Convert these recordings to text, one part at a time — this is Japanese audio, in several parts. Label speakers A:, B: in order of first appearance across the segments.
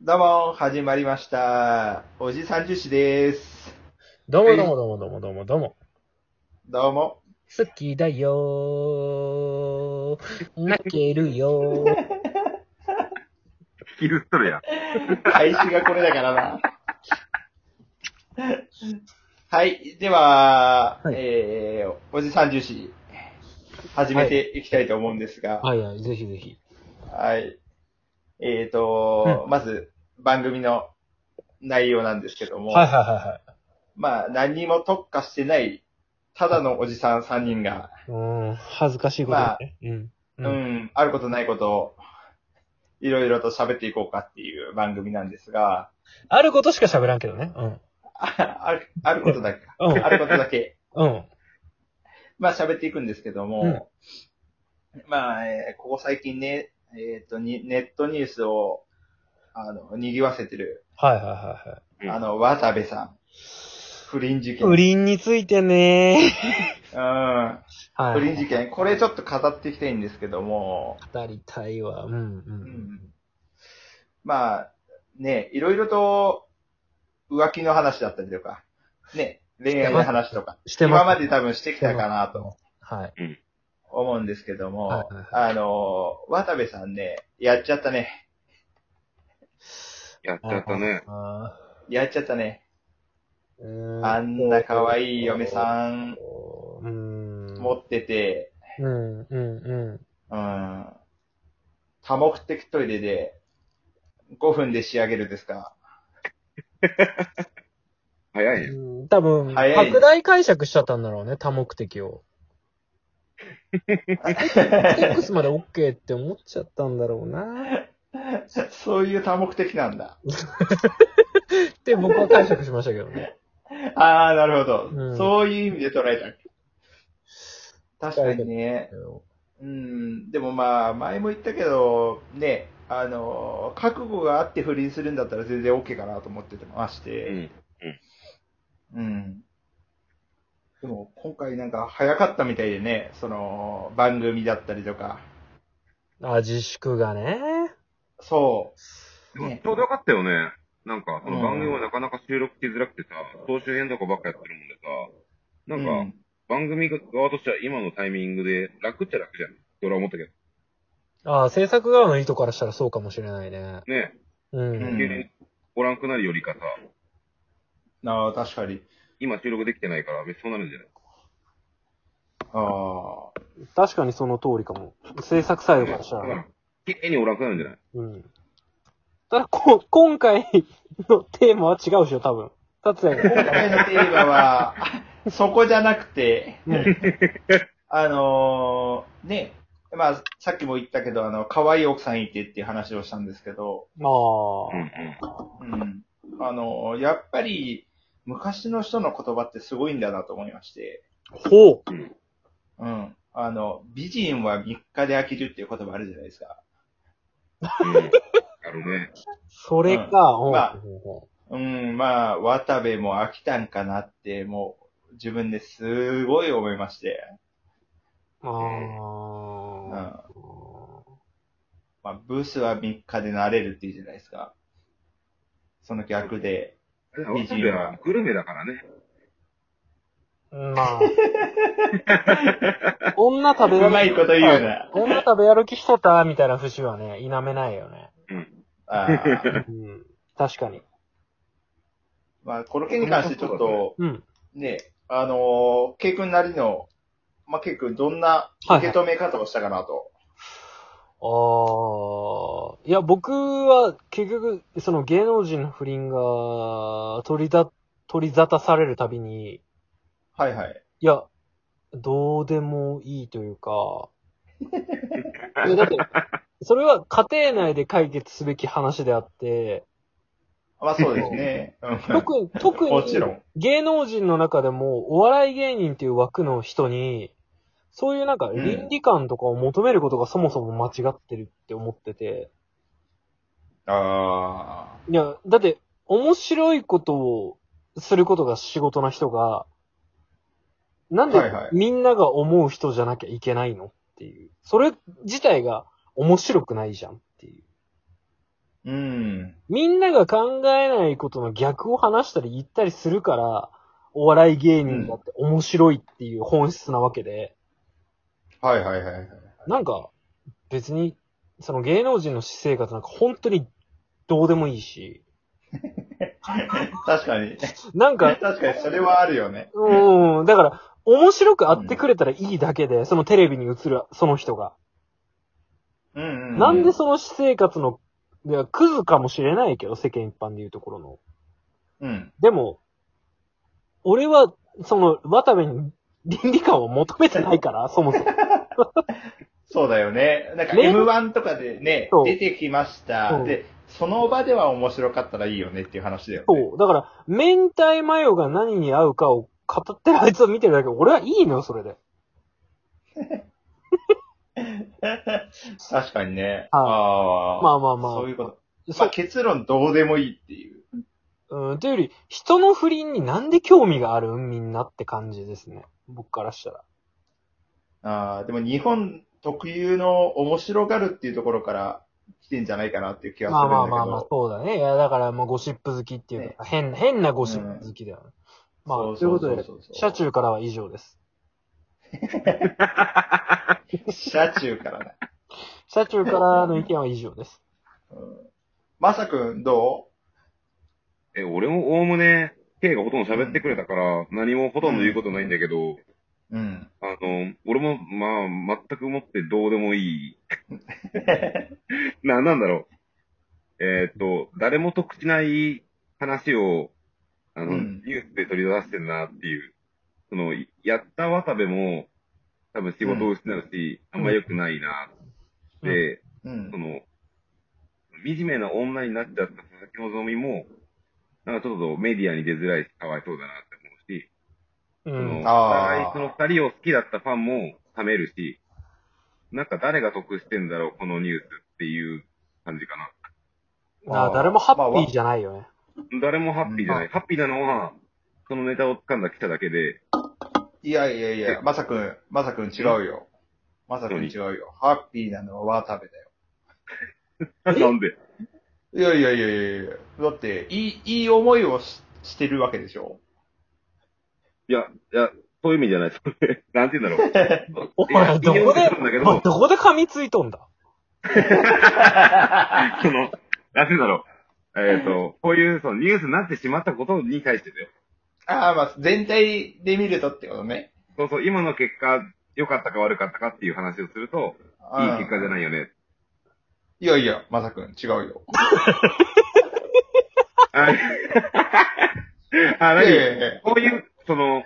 A: どうも、始まりました。おじさん樹脂です。
B: どうもどうもどうもどうもどうもどうも。
A: どうも。
B: 好きだよー。泣ける よー。
C: キルストるやん。
A: 開始がこれだからな。はい。では、
B: はい
A: えー、おじさん樹脂、始めていきたいと思うんですが、はい。
B: はいはい、ぜひぜひ。
A: えーと、まず、番組の内容なんですけども、
B: はいはいは
A: まあ、何にも特化してない、ただのおじさん3人が、
B: いはい。うん、恥ずかしいことだね。うん。
A: う、
B: うんん
A: あることないことを、いろいろと喋っていこうかっていう番組なんですが、
B: あることしか喋らんけどね。うん。
A: あある、あることだけ、
B: うん
A: あることだけ、
B: うん。
A: まあ喋っていくんですけども、まあ、えーここ最近ね、えっ、とに、ネットニュースを、あの、賑わせてる、
B: はいはいはいは
C: うん
A: あの、渡部さん。不倫事
B: い。
A: 件。
B: 不倫についてね
A: うん。
B: ー。は
A: 不倫
B: い。
A: 事件。これちょっと語っていきたいんですけども、
B: 語りたいわ。うん
A: う
B: うん。
A: んまあ、ね、いろいろと浮気の話だったりとか、ね、恋愛の話と か、
B: してます。
A: 今まで多分してきたかなと
B: はい。
A: 思うんですけども、
B: はいはい
A: あの、渡部さんね、やっちゃったね。
C: やっちゃったね。
B: あ
A: やっちゃったね。
B: ーう
A: あんな可愛い嫁さん
B: うん。
A: 持ってて、
B: うん、うん、
A: う
B: うん。
A: ん、多目的トイレで5分で仕上げるですか。
C: 早いね。
B: うん多分、
A: 早い
B: 拡大解釈しちゃったんだろうね、多目的を。X まで OK って思っちゃったんだろうな。
A: そういう多目的なんだ。
B: って僕は解釈しましたけどね。
A: ああ、なるほど、
B: うん
A: そういう意味で捉えた。確かにね。うん。でもまあ、前も言ったけど、ね、あの、覚悟があって不倫するんだったら全然 OK かなと思っててまし
C: う
A: て。
C: ん。
A: うん。でも、今回なんか早かったみたいでね、その、番組だったりとか。
B: あ、自粛がね。
A: そ
C: で
A: う。
C: も
A: ね
C: ち。ょうどよかったよね。なんか、そ
A: うん
C: の番組もなかなか収録しづらくてさ、総集編とかばっかやってるもんでさ、なんか、
A: うん
C: 番組側としては今のタイミングで楽っちゃ楽じゃん。俺は思ったけど。
B: あ制作側の意図からしたらそうかもしれないね。
C: ね
B: う
C: え、
A: うん
B: ん。
C: 急におらんくなるよりかさ、
A: ああ、確かに。
C: 今収録できてないから別にそうなるんじゃない
A: ああ。
B: 確かにその通りかも。制作サイドからした。
C: だからら、綺麗におらんくなるんじゃない
B: うん。ただ、こ、今回のテーマは違うでしょ、多分。達也が。
A: 今 回のテーマは、そこじゃなくて、あのーね、まあ、さっきも言ったけど、あの、可愛い奥さんいてっていう話をしたんですけど、
B: まあ
C: うんうん。
A: うん。あのーやっぱり、昔の人の言葉ってすごいんだなと思いまして、
B: ほ
A: う
B: う。
A: ん。あの、美人は3日で飽きるっていう言葉あるじゃないですか。
C: うん。あるね。
B: それか、
A: ん
B: うん
A: まあうん、まあ、渡部も飽きたんかなって、もう、自分ですごい思いまして、うん。
B: あ
A: まあ、ブスは3日で慣れるっていうじゃないですか。その逆で、
C: あれ、渡部はグルメだからね。
B: あ。まあ。女食べ歩き
A: うまいこと言うな
B: 女食べ歩きしとったみたいな節はね、否めないよね。
A: あー
B: うん。確かに。
A: まあ、この件に関してちょっと、
B: うん。
A: ね、あのー、ケイ君なりの、まあ、ケイ君どんな
B: はいはい
A: 受け止め方をしたかなと。
B: ああ。いや、僕は結局、その芸能人の不倫が取りだ、取り沙汰されるたびに、
A: はいはい。
B: いや、どうでもいいというか、いやだって、それは家庭内で解決すべき話であって、
A: まあ、そうです ね。うん
B: 特に、特
A: もちろ
B: に
A: ん。
B: 芸能人の中でもお笑い芸人っていう枠の人に、そういうなんか
A: ん
B: 倫理観とかを求めることがそもそも間違ってるって思ってて、
A: あ
B: いや、だって面白いことをすることが仕事な人が、なんで
A: はいはい
B: みんなが思う人じゃなきゃいけないのっていう。それ自体が面白くないじゃんっていう。
A: うん。
B: みんなが考えないことの逆を話したり言ったりするから、お笑い芸人だって面白いっていう本質なわけで、
A: はいはいはいはい。
B: なんか、別に、その芸能人の私生活なんか本当にどうでもいいし、
A: 確かに。
B: なんか、
A: 確かにそれはあるよね。
B: うん、だから、面白くあってくれたらいいだけで、そのテレビに映る、その人が。
A: うんうんうん。
B: なんでその私生活の、いや、クズかもしれないけど、世間一般でいうところの。
A: うん。
B: でも、俺は、その、渡部に倫理観を求めてない から、そもそも。
A: そうだよね。なんか
B: ね
A: M1 とかでね
B: そ、う
A: 出てきまし
B: そ
A: た。
B: う
A: で、その場では面白かったらいいよねっていう話だよね。
B: そう。だから、明太マヨが何に合うかを語ってるあいつを見てるだけで、俺はいいのよ、それで。
A: 確かにね。
B: はい
A: ああ。
B: まあまあまあ。
A: そういうこと。ま
B: そ
A: あ、結論どうでもいいっていう。
B: うん、というより、人の不倫になんで興味があるんみんなって感じですね。僕からしたら。
A: ああ、でも日本特有の面白がるっていうところから来てんじゃないかなっていう気がす
B: まあ
A: るんだ
B: まあ
A: けど。
B: まあまあ、そうだね。いや、だから、まあ、ゴシップ好きっていうか、変、変なゴシップ好きだよね。まあ、
A: そう
B: とい
A: そ
B: うこ
A: うそ
B: と
A: う
B: で
A: そう、
B: 車中からは以上です。
A: 車中からね。
B: 車中からの意見は以上 です。
A: まさくん、ど
C: え、俺もおおむね、K がほとんど喋ってくれたから、何もほとんど言うことないんだけど、
A: ううん。
C: あの、俺も、まあ、全くもってどうでも いい。な、なんだろう。えーっと、誰も得しない話を、あの、
A: うん
C: ニュースで取り出してるなっていう。その、いやった渡部も、多分仕事を失うし、
B: うん
C: あんま良くないなって、
A: うん
C: そ。の、惨めな女になっちゃった佐々木希も、なんかちょっとメディアに出づらいし、かわいそうだなって思うし、
B: う
C: その
B: ん。
A: あー
C: お互いその二人を好きだったファンも冷めるし、なんか誰が得してんだろう、このニュースっていう感じか
B: な誰もハッピーじゃないよね。
C: な。誰もハッピーじゃな
A: う
C: い。ハッピーなのは、そのネタを掴んだ記者だけで、
A: いやいやいや、まさくん、まさくん違うよ。まさくん違うよ。ハッピーなのは渡部だよ。
C: なんで、
A: いやいやいやいやいやだって、いい、いい思いをししてるわけでしょ
C: いや、いや、そういう意味じゃない。それなんて言うん だろう。
B: お前、どこ
C: いや
B: で
C: いいんだけ、
B: お前
C: ど、
B: どこで噛みついとんだ
C: その、なんて言うんだろう。えっ、と、こういうそのニュースになってしまったことに対してだよ。
A: ああ、まあ、全体で見るとってことね。
C: そうそう、今の結果、良かったか悪かったかっていう話をすると、いい結果じゃないよね。
A: いやいや、まさくん、違うよ。
C: あ、あ、
A: いや
C: ないに
A: やいや
C: こういう、その、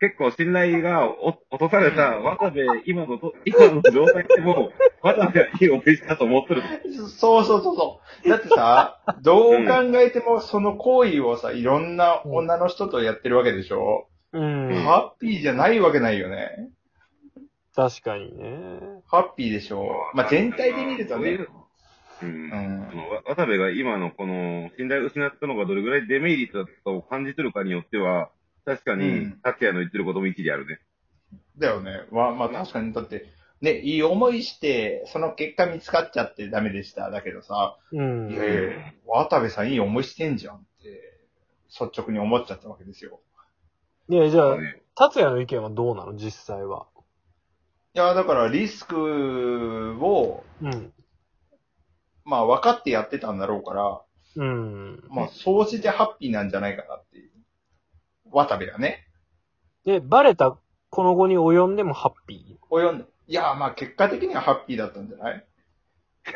C: 結構信頼がお落とされた渡部、今のと、今の状態でも、渡部はいいお店だと思ってる。
A: そうそうそうそう。だって さ、どう考えてもその行為をさ、いろんな女の人とやってるわけでしょ、
B: うん。
A: ハッピーじゃないわけないよね。
B: 確かにね。
A: ハッピーでしょまあ、全体で見ると
C: そうい
A: ね。
C: う。うん
A: う。ん。
C: そのわ渡部が今のこの、信頼を失ったのがどれぐらいデメリットだったを感じ取るかによっては、確か
A: う
C: に
A: ん、
C: 達也の言ってることも一理あるね。
A: だよね。まあ、まあ、確かに、だって、ね、いい思いして、その結果見つかっちゃってダメでした。だけどさ、
B: うん。
A: いやいや、渡部さんいい思いしてんじゃんって、率直に思っちゃったわけですよ。
B: いや、じゃあ、
C: ね
B: 達也の意見はどうなの実際は。
A: いや、だからリスクを、
B: うん。
A: まあ、分かってやってたんだろうから、
B: うん。
A: まあ、総じてハッピーなんじゃないかなっていう。渡部がね、
B: で、バレたこの後に及んでもハッピ
A: 及んで、いや、まあ、結果的にはハッピーだったんじゃない
B: ー。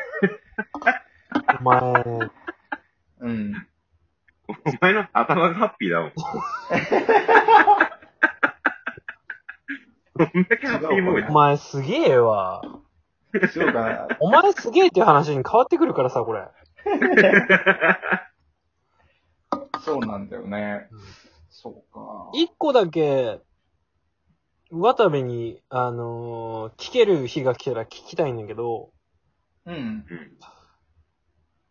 B: お前、
A: うん。
C: お前の頭がハッピー だもん。どんだけハッピーもん
B: お前すげえわ。
A: そうかな。
B: お前すげえっていう話に変わってくるからさ、これ。
A: そうなんだよね
B: うん。
A: そうか。
B: 一個だけ、渡部に、あのー聞ける日が来たら聞きたいんだけど、
A: うん。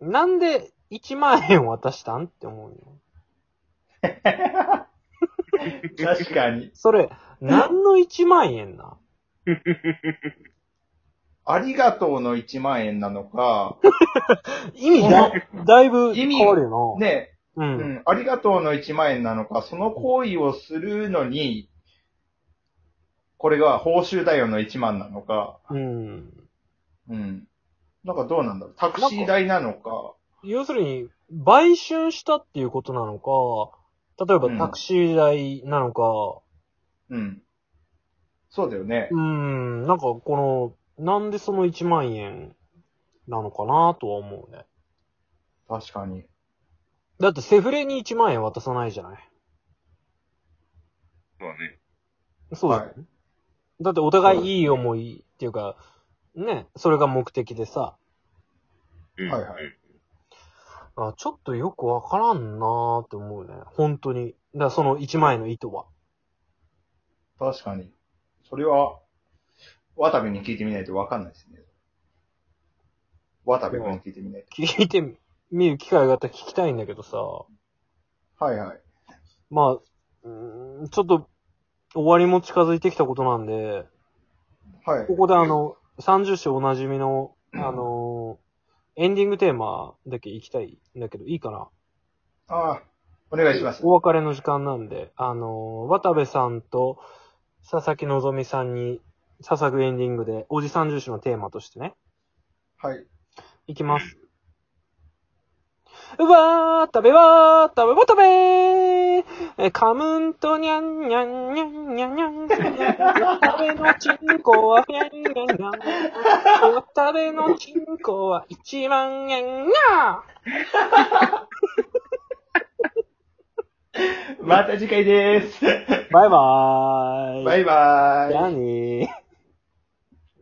B: なんで1万円渡したんって思うよ。
A: 確かに。
B: それ、何の1万円な
A: ありがとうの1万円なのか、
B: 意味だ、だいぶ変わるよ
A: ね、
B: な。う。
A: うんん、ありがとうの1万円なのか、その行為をするのに、これが報酬だよの1万なのか、
B: うん。
A: うん。なんかどうなんだろう。タクシー代なのか、
B: 要するに、買春したっていうことなのか、例え
A: うん
B: ばタクシー代なのか、
A: うん。そうだよね
B: う。ん、なんかこの、なんでその1万円なのかなとは思うね。
A: 確かに。
B: だってセフレに1万円渡さないじゃない
C: そうだね。
B: そうだよね。だってお互いいい思いっていうか、ね、それが目的でさ、
C: うん、
A: はいはい
B: あちょっとよくわからんなーって思うね。本当に。だからその1万円の意図は。
A: 確かに。それは、渡部に聞いてみないとわかんないですね。渡部君に聞いてみないと。
B: 聞いてみる機会があったら聞きたいんだけどさ、
A: はいはい。
B: まあ、うーんちょっと終わりも近づいてきたことなんで、
A: はい。
B: ここであの、30章おなじみの、あのーエンディングテーマだけ行きたいんだけど、いいかな
A: ああ、お願いします。
B: お別れの時間なんで、あのー渡部さんと佐々木希さんに、佐々木エンディングで、おじ三重視のテーマとしてね、
A: はい。
B: いきます。うわー、食べわー、食べわ食べーえ、カムンとにゃんにゃんにゃんにゃんにゃんにゃん。食べのチンコはにゃんにゃんにゃん。食べのチンコは一万円にゃ
A: また次回です。
B: ーバイバーイ。
A: バイバーイ。
B: じゃあねー。